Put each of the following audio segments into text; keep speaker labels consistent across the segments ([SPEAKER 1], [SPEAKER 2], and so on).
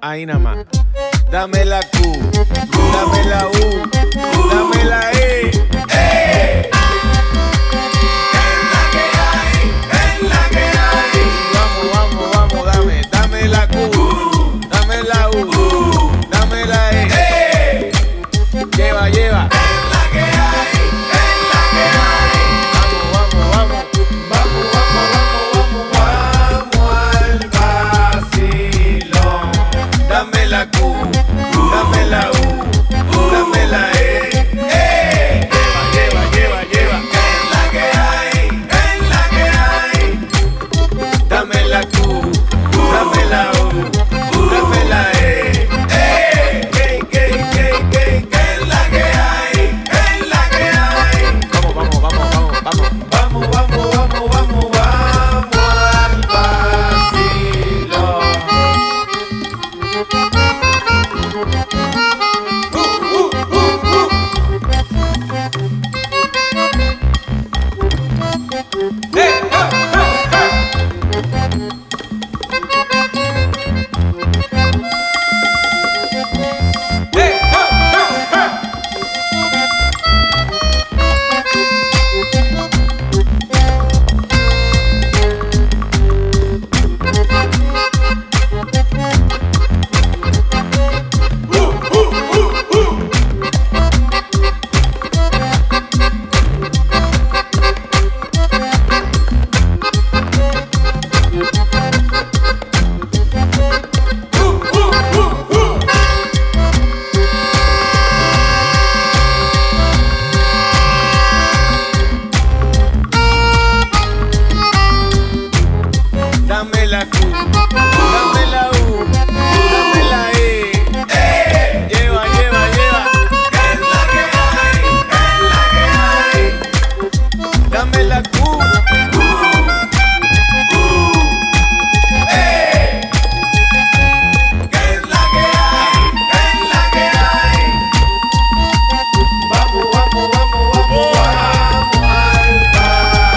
[SPEAKER 1] ahí nada más. Dame la Q, dame la U, dame la E.
[SPEAKER 2] ¡Eh! En la que hay, en la que hay.
[SPEAKER 1] Vamos, vamos, vamos, dame, dame la Q, dame la U, dame la E.
[SPEAKER 2] ¡Eh!
[SPEAKER 1] Lleva, lleva.
[SPEAKER 2] En la que hay, en la que hay.
[SPEAKER 1] Vamos, vamos, vamos.
[SPEAKER 2] Vamos, vamos, vamos, vamos, vamos al vacilón.
[SPEAKER 1] Dame la Q, dame la U, dame la E.
[SPEAKER 2] ¡Eh!
[SPEAKER 1] Lleva, lleva, lleva, lleva.
[SPEAKER 2] En la que hay, en la que hay.
[SPEAKER 1] Dame la Q, dame la U, dame la E.
[SPEAKER 2] ¡Eh!
[SPEAKER 1] Gay, gay, gay, gay, gay.
[SPEAKER 2] En la que hay, en la que hay.
[SPEAKER 1] Vamos, vamos, vamos, vamos, vamos.
[SPEAKER 2] Vamos, vamos, vamos, vamos, vamos al vacilón.
[SPEAKER 1] Dame la Q, dame la U, dame la E.
[SPEAKER 2] E.
[SPEAKER 1] Lleva, lleva, lleva.
[SPEAKER 2] En la que hay, en la que hay.
[SPEAKER 1] Dame la Q.
[SPEAKER 2] En la que hay, en la que hay. Vamos, vamos, vamos, vamos, vamos al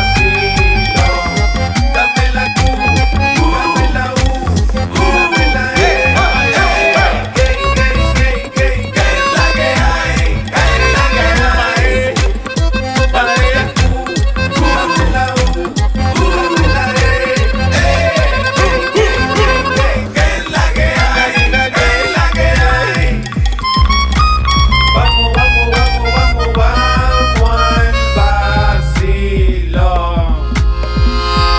[SPEAKER 2] vacilón. Dame la Q, dame la U, dame la E. Gay, gay, gay, gay. En la que hay, en la que hay. Dame la Q, dame la U, dame la E. Gay, gay, gay, gay. En la que hay, en la que hay. Vamos, vamos, vamos, vamos, vamos al vacilón.